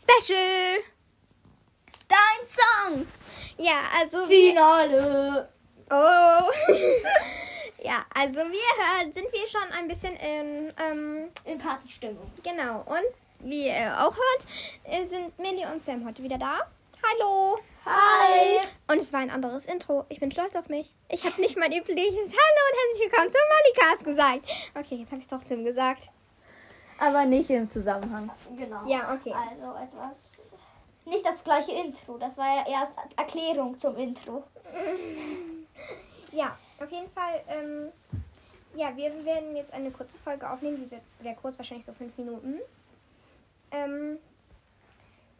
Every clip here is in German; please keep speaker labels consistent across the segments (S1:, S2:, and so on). S1: Special.
S2: Dein Song.
S1: Ja, also wir.
S2: Finale.
S1: Oh. ja, also wir hören, sind wir schon ein bisschen in. Ähm,
S2: In Partystimmung.
S1: genau. Und wie ihr auch hört, äh, sind Millie und Sam heute wieder da. Hallo.
S2: Hi.
S1: Und es war ein anderes Intro. Ich bin stolz auf mich. Ich habe nicht mein übliches Hallo und herzlich willkommen zum Mollycast gesagt. Okay, jetzt habe ich es trotzdem gesagt.
S3: Aber nicht im Zusammenhang.
S2: Genau.
S1: Ja, okay.
S2: Also etwas. Nicht das gleiche Intro. Das war ja erst Erklärung zum Intro.
S1: Ja, auf jeden Fall. Ähm, ja, wir werden jetzt eine kurze Folge aufnehmen. Die wird sehr kurz, wahrscheinlich so fünf Minuten. Ähm,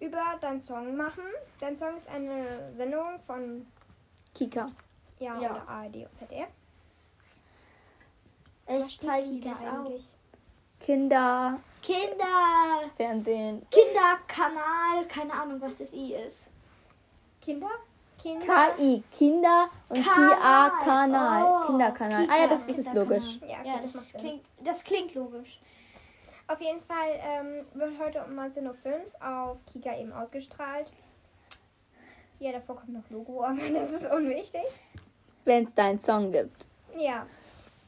S1: über Dein Song machen. Dein Song ist eine Sendung von
S3: Kika.
S1: ja,
S2: Ja.
S1: Oder ARD und ZDF.
S2: Ich zeige
S1: Kinder eigentlich.
S3: Kinder,
S2: Kinder.
S3: Fernsehen.
S2: Kinderkanal. Keine Ahnung, was das I ist.
S1: Kinder? Kinder?
S3: KI, Kinder und
S2: Kanal.
S3: TA Kanal.
S2: Oh,
S3: Kinderkanal.
S2: Kika,
S3: Ah ja, das ist
S2: Kinderkanal.
S3: logisch.
S1: Ja, okay,
S2: Ja,
S1: das,
S2: das
S1: macht Sinn.
S2: klingt, das klingt logisch.
S1: Auf jeden Fall ähm, wird heute um 19.05 Uhr auf Kika eben ausgestrahlt. Ja, davor kommt noch Logo, aber das ist unwichtig.
S3: Wenn es deinen Song gibt.
S1: Ja.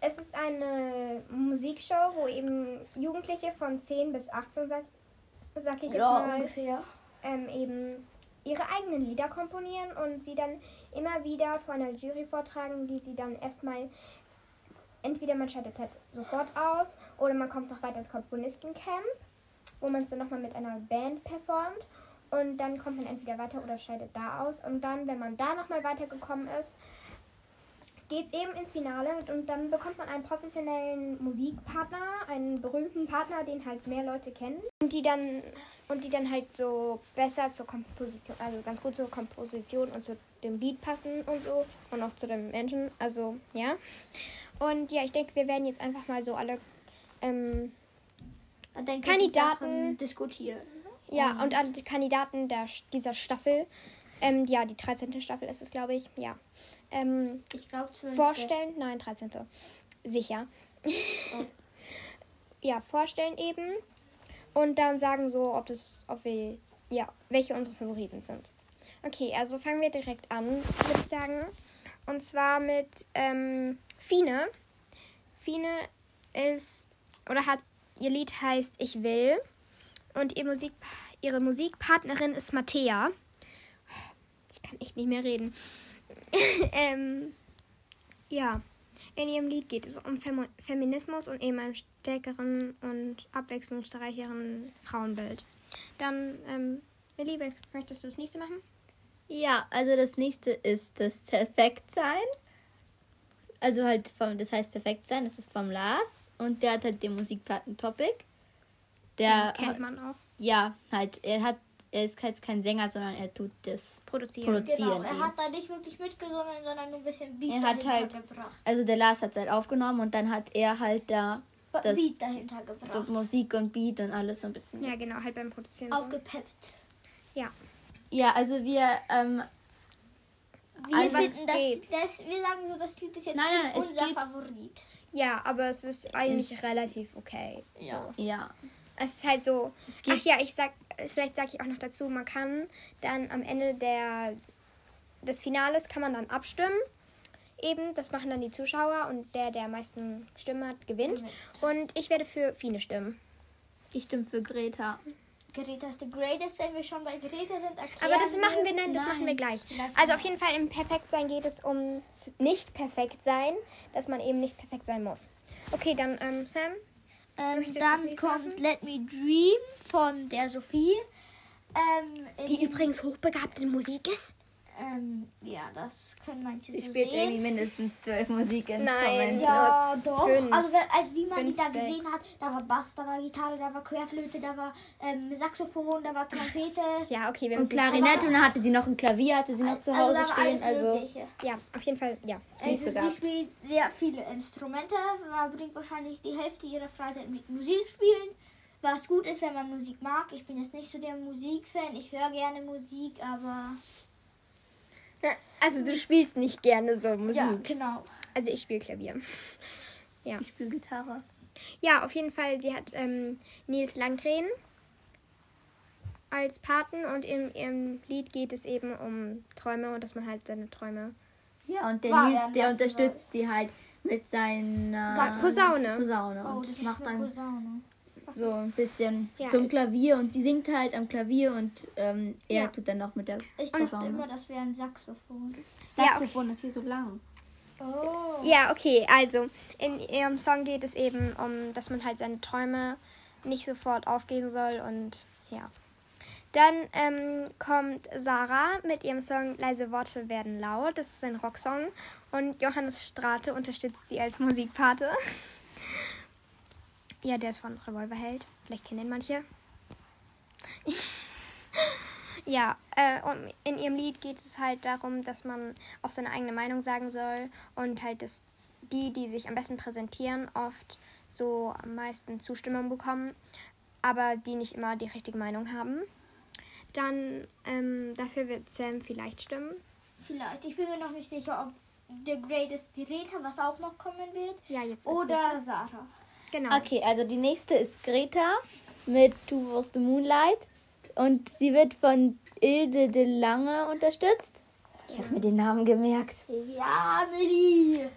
S1: Es ist eine Musikshow, wo eben Jugendliche von 10 bis 18, sag, sag ich jetzt mal,
S2: ungefähr.
S1: ähm, eben ihre eigenen Lieder komponieren und sie dann immer wieder vor einer Jury vortragen, die sie dann erstmal entweder man schaltet halt sofort aus oder man kommt noch weiter ins Komponistencamp, wo man es dann nochmal mit einer Band performt und dann kommt man entweder weiter oder scheidet da aus und dann, wenn man da nochmal weitergekommen ist, geht's eben ins Finale und dann bekommt man einen professionellen Musikpartner, einen berühmten Partner, den halt mehr Leute kennen und die dann und die dann halt so besser zur Komposition, also ganz gut zur Komposition und zu dem Lied passen und so und auch zu dem Menschen, also ja. Und ja, ich denke, wir werden jetzt einfach mal so alle ähm,
S2: Und dann
S1: Kandidaten.
S2: Kandidaten diskutieren.
S1: ja, und alle die Kandidaten der, dieser Staffel, ähm, ja, die 13. Staffel ist es, glaube ich, ja, ähm,
S2: Ich glaube,
S1: vorstellen, nein, 13. Sicher. ja, vorstellen eben und dann sagen so, ob das, ob wir, ja, welche unsere Favoriten sind. Okay, also fangen wir direkt an, würde ich sagen. Und zwar mit ähm, Fine. Fine ist, oder hat, ihr Lied heißt Ich will und ihr Musik, ihre Musikpartnerin ist Mattea. Ich kann echt nicht mehr reden. ähm, ja, in ihrem Lied geht es um Femo Feminismus und eben einem stärkeren und abwechslungsreicheren Frauenbild. Dann, ähm, Millie, wel- möchtest du das nächste machen?
S3: Ja, also das nächste ist das Perfektsein. Also halt, vom, das heißt Perfektsein, das ist vom Lars. Und der hat halt den Musikpartner Topic. Der,
S1: Kennt man auch.
S3: ja, halt, er hat, er ist halt kein Sänger, sondern er tut das.
S1: Produzieren.
S3: Produzieren.
S2: Genau,
S3: die.
S2: er hat da nicht wirklich mitgesungen, sondern nur ein bisschen Beat
S3: Er hat
S2: dahinter
S3: halt-
S2: gebracht.
S3: Also der Lars hat es halt aufgenommen und dann hat er halt da das-
S2: Beat dahinter gebracht.
S3: so Musik und Beat und alles so ein bisschen.
S1: Ja, genau, halt beim Produzieren. so.
S2: Aufgepeppt.
S1: Ja.
S3: Ja, also wir, ähm,
S2: Wir
S3: Also, was
S2: finden das,
S1: geht's?
S2: das. Wir sagen so, das Lied ist jetzt
S3: Nein,
S2: nicht
S3: nein, es
S2: unser
S3: geht-
S2: Favorit.
S1: ja, aber es ist eigentlich
S3: Ist-
S1: relativ okay.
S3: ja.
S1: So.
S3: ja.
S1: Es ist halt so.
S3: Es geht-
S1: Ach ja, ich sag, es- vielleicht sage ich auch noch dazu, man kann dann am Ende der, des Finales kann man dann abstimmen. Eben, das machen dann die Zuschauer und der, der am meisten Stimmen hat, gewinnt. Und ich werde für Fine stimmen.
S3: Ich stimme für Greta.
S2: Greta ist the greatest, wenn wir schon bei Greta sind.
S1: Aber das machen wir dann, das
S3: nein.
S1: machen wir gleich.
S2: Lass
S1: Also
S2: mal.
S1: auf jeden Fall im Perfektsein geht es um nicht perfekt sein, dass man eben nicht perfekt sein muss. Okay, dann ähm, Sam.
S2: Ähm,
S1: Möchtest du das
S2: dann
S1: nicht
S2: kommt
S1: sagen?
S2: Let Me Dream von der Sophie. Ähm, in dem-
S1: übrigens hochbegabt in Musik ist.
S2: Ähm, ja, das können manche
S3: Sie
S2: so
S3: spielt
S2: sehen.
S3: irgendwie mindestens zwölf Musikinstrumente.
S1: Nein,
S2: Ja, doch.
S1: Fünf.
S2: also wenn, äh, wie man
S1: Fünf,
S2: die da
S1: sechs.
S2: gesehen hat, da war Bass, da war Gitarre, da war Querflöte, da war ähm, Saxophon, da war Trompete.
S1: Ja, okay, wir
S3: Und
S1: müssen
S3: Klarinette und dann hatte sie noch ein Klavier, hatte sie noch zu
S2: Also da
S3: Hause
S2: war alles
S3: stehen. Also
S2: Mögliche.
S1: Ja, auf jeden Fall, ja.
S3: sie ist
S2: Also sie
S3: begabt.
S2: spielt sehr viele Instrumente, verbringt wahrscheinlich die Hälfte ihrer Freizeit mit Musik spielen. Was gut ist, wenn man Musik mag. Ich bin jetzt nicht so der Musikfan, ich höre gerne Musik, aber
S1: Also du spielst nicht gerne so Musik.
S2: ja, genau.
S1: Also ich spiele Klavier.
S3: ich spiele Gitarre.
S1: Ja, auf jeden Fall, sie hat ähm, Nils Langren. als Paten und in ihrem Lied geht es eben um Träume und dass man halt seine Träume.
S3: Ja, und der
S2: War
S3: Nils,
S2: er,
S3: der
S2: das
S3: unterstützt sie halt mit seiner
S2: Saxophon.
S1: Posaune.
S3: Posaune
S2: Oh, das
S3: und
S2: ist
S3: macht
S2: eine
S3: dann
S2: Posaune.
S3: so ein bisschen
S1: Ja,
S3: zum
S1: ist-
S3: Klavier und sie singt halt am Klavier und ähm, er
S1: Ja.
S3: tut dann auch mit der
S2: Ich
S3: Und-
S2: dachte immer, das wäre ein Saxophon.
S3: Saxophon, das hier so lang.
S2: Oh.
S1: Ja, okay, also in ihrem Song geht es eben um, dass man halt seine Träume nicht sofort aufgeben soll und ja. Dann ähm, kommt Sarah mit ihrem Song Leise Worte werden laut. Das ist ein Rocksong und Johannes Strate unterstützt sie als Musikpate. ja, der ist von Revolverheld. Vielleicht kennen ihn manche. Ja, äh, und in ihrem Lied geht es halt darum, dass man auch seine eigene Meinung sagen soll und halt, dass die, die sich am besten präsentieren, oft so am meisten Zustimmung bekommen, aber die nicht immer die richtige Meinung haben. Dann ähm, dafür wird Sam vielleicht stimmen.
S2: Vielleicht. Ich bin mir noch nicht sicher, ob The Greatest Greta, was auch noch kommen wird.
S1: Ja, jetzt ist
S2: Oder Sarah.
S1: es. Genau.
S2: Ah.
S3: Okay, also die nächste ist Greta mit Du wirst the Moonlight und sie wird von Ilse de Lange unterstützt. Ich habe mir den Namen gemerkt.
S2: Ja, Millie.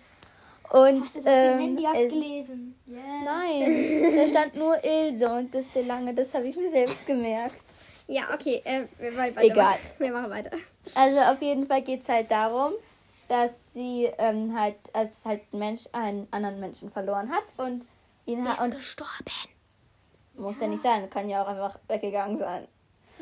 S3: Und
S2: Hast du das auf dem
S3: ähm,
S2: Handy
S3: es-
S2: abgelesen? Yeah.
S3: nein, da stand nur Ilse und das de Lange, das habe ich mir selbst gemerkt.
S1: Ja, okay, äh, wir wollen weiter.
S3: Egal.
S1: Wir machen weiter.
S3: Also auf jeden Fall geht es halt darum, dass sie ähm, halt, als halt ein Mensch einen anderen Menschen verloren hat und ihn hat und
S1: gestorben.
S3: muss ja nicht sein, kann ja auch einfach weggegangen sein.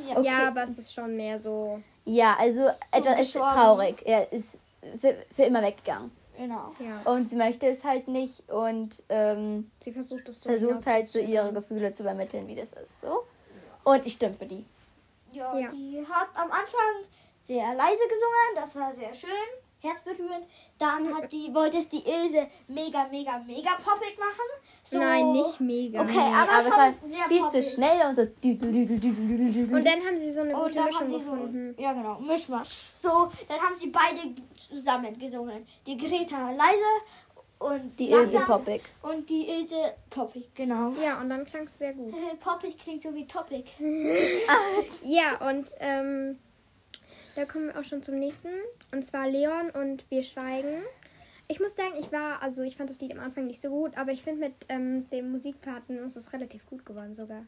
S2: Ja.
S3: Okay.
S1: Ja, aber es ist schon mehr so.
S3: Ja, also etwas ist
S2: gestorben.
S3: traurig. Er ist für, für immer weggegangen.
S2: Genau.
S1: Ja.
S3: Und sie möchte es halt nicht und ähm,
S1: Sie versucht das so.
S3: versucht halt so
S1: hinauszuzögern.
S3: ihre Gefühle zu übermitteln, wie das ist. So. Und ich stimme für die.
S2: Ja,
S1: Ja.
S2: die hat am Anfang sehr leise gesungen, das war sehr schön, herzberührend. Dann hat die, wollte es die Ilse mega, mega, mega poppig machen. So-
S1: Nein, nicht mega.
S2: Okay,
S3: Nee,
S2: aber
S3: aber es
S2: schon
S3: war
S2: sehr
S3: viel zu
S2: poppig.
S3: schnell und so. dü- dü- dü- dü- dü- dü- dü- dü- dü-
S1: Und dann haben sie so eine
S2: Und
S1: gute
S2: dann haben
S1: Mischung
S2: Oh, sie
S1: gefunden.
S2: so, ja genau, Mischmasch. So, dann haben sie beide zusammen gesungen. Die Greta leise und
S3: die
S2: Lana
S3: Ilse Poppig.
S2: Und die Ilse poppig, genau.
S1: Ja, und dann klang es sehr gut.
S2: Poppig klingt so wie Topic.
S1: Ja, und ähm, da kommen wir auch schon zum nächsten. Und zwar Leon und Wir schweigen. Ich muss sagen, ich war, also ich fand das Lied am Anfang nicht so gut, aber ich finde mit ähm, dem Musikpaten ist es relativ gut geworden sogar.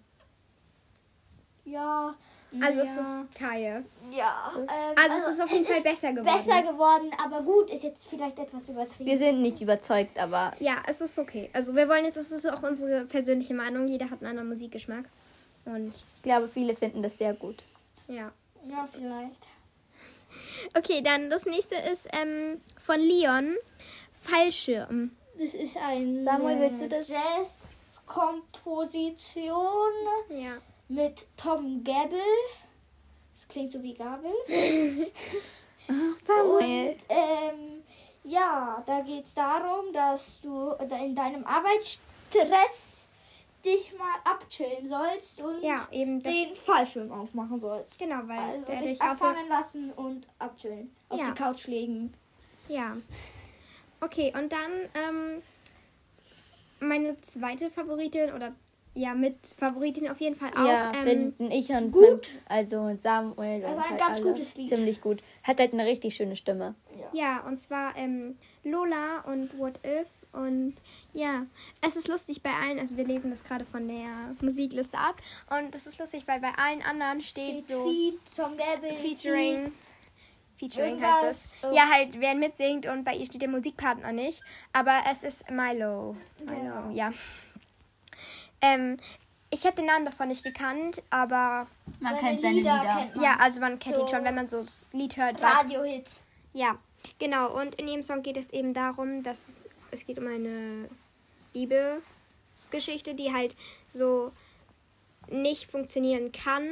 S2: Ja.
S1: Also es
S2: ja.
S1: ist Kaya.
S2: Ja. ähm,
S1: Also, es ist auf jeden Fall besser geworden.
S2: besser geworden, aber gut ist jetzt vielleicht etwas übertrieben.
S3: Wir sind nicht überzeugt, aber
S1: ja, es ist okay. Also wir wollen jetzt, es ist auch unsere persönliche Meinung, jeder hat einen anderen Musikgeschmack. Und
S3: ich glaube, viele finden das sehr gut.
S1: ja.
S2: ja, vielleicht.
S1: Okay, dann das nächste ist ähm, von Leon Fallschirm.
S2: Das ist ein
S3: Samuel, willst du das-
S2: Jazz-Komposition
S1: Ja.
S2: mit Tom Gabel. Das klingt so wie Gabel.
S3: Samuel.
S2: Und ähm, ja, da geht es darum, dass du in deinem Arbeitsstress dich mal abchillen sollst und
S1: Ja, eben das.
S2: den Fallschirm aufmachen sollst.
S1: Genau, weil
S2: Also
S1: der
S2: dich
S1: dich auch so
S2: abfangen lassen und abchillen. Auf
S1: Ja.
S2: die Couch legen.
S1: Ja. Okay, und dann ähm, meine zweite Favoritin oder ja, mit Favoritin auf jeden Fall auch.
S3: ja,
S1: ähm,
S3: finden ich und
S2: gut.
S3: also und Samuel
S2: Also
S3: und
S2: ein
S3: halt
S2: ganz
S3: alle
S2: gutes Lied.
S3: ziemlich gut. Hat halt eine richtig schöne Stimme.
S1: ja, und zwar ähm, Lola und What If. Und ja, es ist lustig bei allen, also wir lesen das gerade von der Musikliste ab. Und das ist lustig, weil bei allen anderen steht
S2: Mit
S1: so
S2: Feed, Tom Gabel.
S1: Featuring. Featuring heißt
S2: Irgendwas,
S1: es.
S2: äh,
S1: Ja, halt, wer mitsingt und bei ihr steht der Musikpartner nicht. Aber es ist Milo. Milo,
S2: Genau.
S1: ja. Ähm, ich habe den Namen davon nicht gekannt, aber
S3: Man
S2: Seine kennt seine Lieder Lieder. kennt
S1: ja, also man kennt ihn
S2: So.
S1: schon, wenn man so das Lied hört. Was,
S2: Radiohits.
S1: ja, genau. Und in ihrem Song geht es eben darum, dass es, es geht um eine Liebesgeschichte, die halt so nicht funktionieren kann.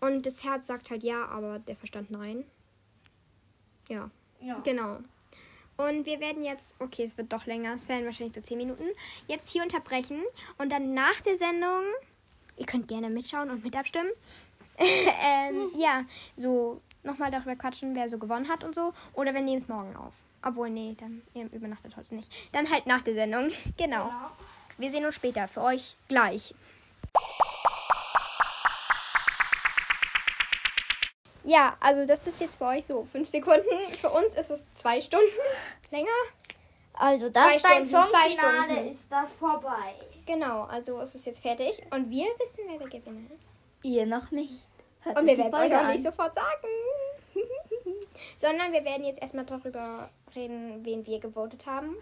S1: Und das Herz sagt halt ja, aber der Verstand nein. Ja.
S2: Ja.
S1: Genau. Und wir werden jetzt, okay, es wird doch länger, es werden wahrscheinlich so 10 Minuten, jetzt hier unterbrechen und dann nach der Sendung, ihr könnt gerne mitschauen und mitabstimmen,
S2: Hm.
S1: ähm, ja, so nochmal darüber quatschen, wer so gewonnen hat und so. Oder wir nehmen es morgen auf. Obwohl, nee, dann ihr übernachtet heute nicht. Dann halt nach der Sendung. Genau.
S2: Genau.
S1: Wir sehen uns später. Für euch gleich. Ja, also das ist jetzt für euch so fünf Sekunden. Für uns ist es zwei Stunden länger.
S4: Also
S1: Zwei
S4: das
S1: Stunden, zwei
S2: Finale
S1: Stunden.
S2: ist da vorbei.
S1: Genau, also es ist jetzt fertig und wir wissen, wer der Gewinner ist.
S3: Ihr noch nicht. Hört
S1: Und
S3: euch
S1: wir
S3: die
S1: werden es euch
S3: Folge
S1: auch
S3: an.
S1: nicht sofort sagen. Sondern wir werden jetzt erstmal darüber reden, wen wir gewotet haben.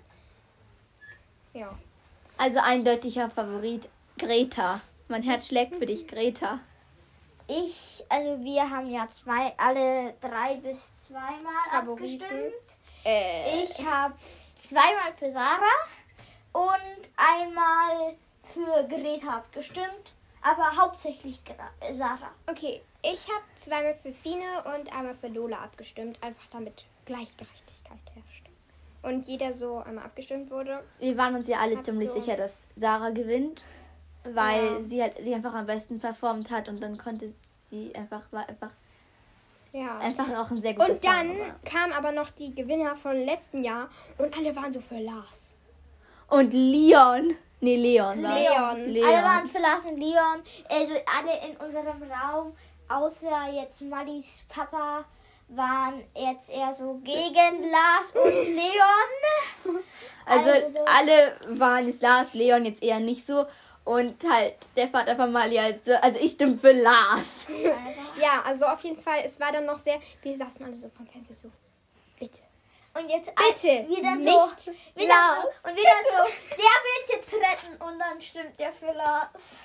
S1: Ja.
S3: Also eindeutiger Favorit Greta. Mein Herz schlägt für dich, Greta.
S2: Ich, also wir haben ja zwei, alle drei bis zweimal
S1: Favoriten.
S2: abgestimmt.
S1: Äh,
S2: Ich habe zweimal für Sarah und einmal für Greta abgestimmt, aber hauptsächlich Gra äh, Sarah.
S1: okay, ich habe zweimal für Fine und einmal für Lola abgestimmt, einfach damit Gleichgerechtigkeit herrscht. Und jeder so einmal abgestimmt wurde.
S3: Wir waren uns ja alle
S1: Hab
S3: ziemlich
S1: so-
S3: sicher, dass Sarah gewinnt, weil
S1: Ja.
S3: sie halt sich einfach am besten performt hat und dann konnte sie einfach war einfach
S1: Ja.
S3: einfach auch ein sehr gutes
S1: Und dann
S3: Song.
S1: kam aber noch die Gewinner von letzten Jahr und alle waren so für Lars.
S3: aber- Und Leon, nee Leon war
S1: Leon.
S2: Alle waren für Lars und Leon, also alle in unserem Raum, außer jetzt Mallis Papa, waren jetzt eher so gegen Lars und Leon.
S3: Also
S2: Also-
S3: alle waren jetzt Lars, Leon jetzt eher nicht so und halt der Vater von Mali halt so, also ich stimme für Lars.
S2: Also,
S1: Ja, also auf jeden Fall, es war dann noch sehr, wir saßen alle so vom Fernseher so, bitte.
S2: Und jetzt
S1: Bitte,
S2: wieder so,
S1: nicht
S2: wieder
S1: Lars.
S2: so, und wieder so, der wird jetzt retten und dann stimmt der für Lars.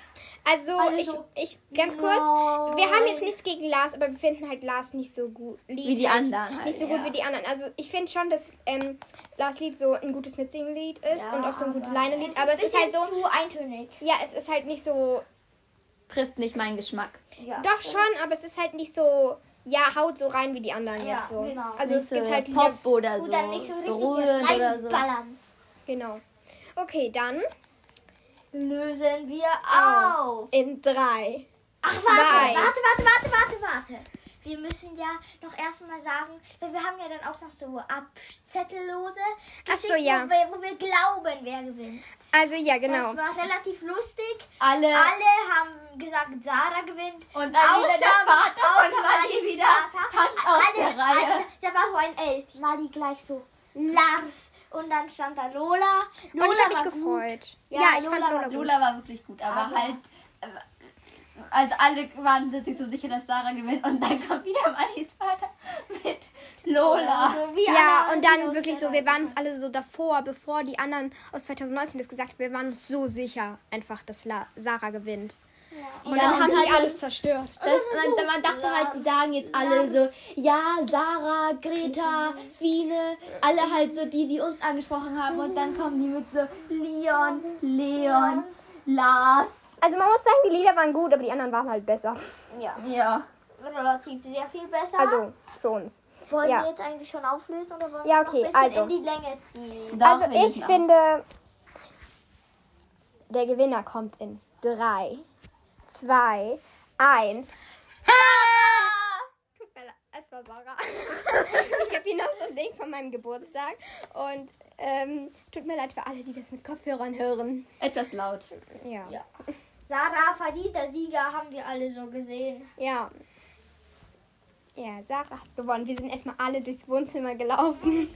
S1: Also,
S2: Alle
S1: ich,
S2: so,
S1: ich, ganz kurz, wir haben jetzt nichts gegen Lars, aber wir finden halt Lars nicht so gut. Lied
S3: Wie die
S1: halt
S3: anderen halt,
S1: Nicht so gut
S3: ja.
S1: wie die anderen. Also, ich finde schon, dass ähm, Lars Lied so ein gutes Mitsingen-Lied ist und auch so ein gutes Leine-Lied, aber es ist halt so,
S2: zu eintönig.
S1: ja, es ist halt nicht so
S3: Trifft nicht meinen Geschmack.
S2: Ja.
S1: Doch schon, aber es ist halt nicht so, ja, haut so rein wie die anderen
S2: Ja,
S1: jetzt so.
S2: genau.
S1: Also
S3: nicht
S1: es
S3: so
S1: gibt halt
S3: Pop
S1: Lieder,
S3: oder so.
S2: Gut, dann nicht so richtig
S1: Also,
S3: berührend
S2: hier
S3: oder so.
S2: reinballern.
S1: genau. Okay, dann
S2: Lösen wir auf.
S1: in drei.
S2: Ach,
S1: Zwei.
S2: warte, warte, warte, warte, warte, warte. Wir müssen ja noch erstmal sagen, weil wir haben ja dann auch noch so Abzettellose,
S1: Ach so,
S2: geschickt,
S1: ja.
S2: wo, wir, wo wir glauben, wer gewinnt.
S1: Also ja, genau.
S2: Das war relativ lustig.
S3: Alle,
S2: Alle haben gesagt, Sarah gewinnt.
S3: und dann wieder der Vater
S2: außer
S3: von Mali
S2: Malis
S3: wieder
S2: Vater.
S3: ganz aus
S2: Alle-
S3: der Reihe.
S2: alle- Da war so ein L. Mali gleich so Lars. Und dann stand da Lola. Lola
S1: Und ich habe mich
S2: war
S1: gefreut. Ja,
S2: Ja,
S1: ich
S2: Lola
S1: fand Lola
S2: war-
S1: gut.
S3: Lola war wirklich gut, aber
S2: Aber-
S3: halt. äh, Also alle waren sich so sicher, dass Sarah gewinnt und dann kommt wieder Malis Vater mit Lola.
S2: Gut. So wie
S1: Ja,
S2: alle
S1: und
S2: anderen,
S1: dann
S2: die
S1: wirklich
S2: uns
S1: so,
S2: ja
S1: wir waren uns alle so davor, bevor die anderen aus 2019 das gesagt haben, wir waren uns so sicher einfach, dass La Sarah gewinnt. Und
S3: Ja,
S1: dann
S3: und
S1: haben
S3: halt
S1: sie alles zerstört.
S3: Das, man, man dachte halt, die sagen jetzt alle so, ja, Sarah, Greta, Fine, alle halt so die, die uns angesprochen haben und dann kommen die mit so Leon, Leon, Lars.
S1: Also man muss sagen, die Lieder waren gut, aber die anderen waren halt besser.
S2: Ja,
S3: Ja.
S2: relativ sehr viel besser.
S1: Also für uns.
S2: wollen
S1: ja.
S2: wir jetzt eigentlich schon auflösen oder wollen
S1: Ja,
S2: wir
S1: okay,
S2: noch ein bisschen
S1: also.
S2: in die Länge ziehen?
S1: Also ich finde, der Gewinner kommt in 3, 2, 1. Tut mir leid, es war Sarah. ich habe hier noch so ein Ding von meinem Geburtstag. Und ähm, tut mir leid für alle, die das mit Kopfhörern hören.
S3: Etwas laut.
S1: Ja. Ja.
S2: Sarah verdienter Sieger haben wir alle so gesehen.
S1: Ja, Sarah hat gewonnen. Wir sind erstmal alle durchs Wohnzimmer gelaufen.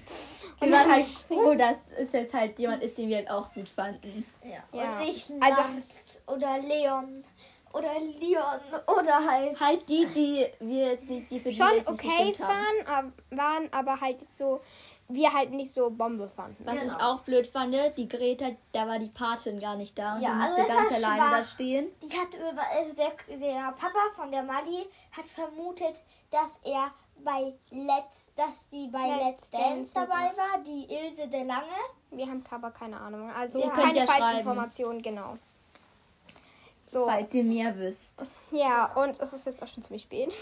S3: Wir waren halt froh, dass es jetzt halt jemand ist, den wir halt auch gut fanden.
S1: Ja.
S2: Und nicht
S1: Also-
S2: Lars oder Leon oder Leon oder halt
S3: Halt die, die wir die, die für die wir
S1: Schon
S3: jetzt nicht
S1: okay
S3: gestimmt haben.
S1: waren, ab- waren, aber halt jetzt so, wir halt nicht so Bombe fanden.
S3: Was ich
S2: Genau.
S3: auch blöd fand, ne? die Greta, da war die Patin gar nicht da und
S2: Ja,
S3: die
S2: also
S3: musste
S2: das
S3: ganz
S2: war
S3: alleine da
S2: schwach.
S3: stehen.
S2: Die hat über, also der, der Papa von der Mali hat vermutet, dass er bei Let's, dass die bei Let's,
S1: Let's Dance
S2: Dance dabei war, die Ilse de Lange.
S1: Wir haben aber keine Ahnung. Also
S3: Ihr könnt
S1: keine
S3: ja
S1: falschen
S3: schreiben.
S1: Informationen, genau. So,
S3: Falls ihr mehr wisst.
S1: ja, und es ist jetzt auch schon ziemlich spät.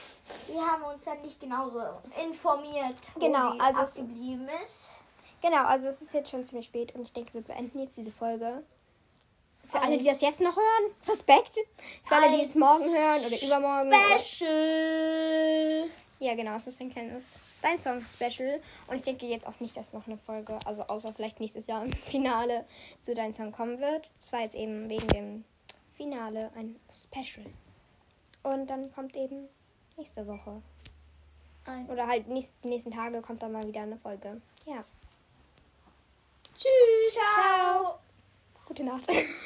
S2: Wir haben uns dann nicht genauso informiert, wo
S1: Genau,
S2: die
S1: also es-
S2: abgeblieben ist.
S1: Genau, also es ist jetzt schon ziemlich spät und ich denke, wir beenden jetzt diese Folge. Für alle, die das jetzt noch hören, Respekt. Für alle, die es morgen hören oder übermorgen. oder-
S3: Special!
S1: Ja, genau, es ist ein kleines Dein Song Special. Und ich denke jetzt auch nicht, dass noch eine Folge, also außer vielleicht nächstes Jahr im Finale zu Dein Song kommen wird. Es war jetzt eben wegen dem Finale ein Special. Und dann kommt eben nächste Woche
S2: Ein.
S1: Oder halt nächst, die nächsten Tage kommt dann mal wieder eine Folge. Ja.
S3: Tschüss.
S1: Ciao. Gute Nacht.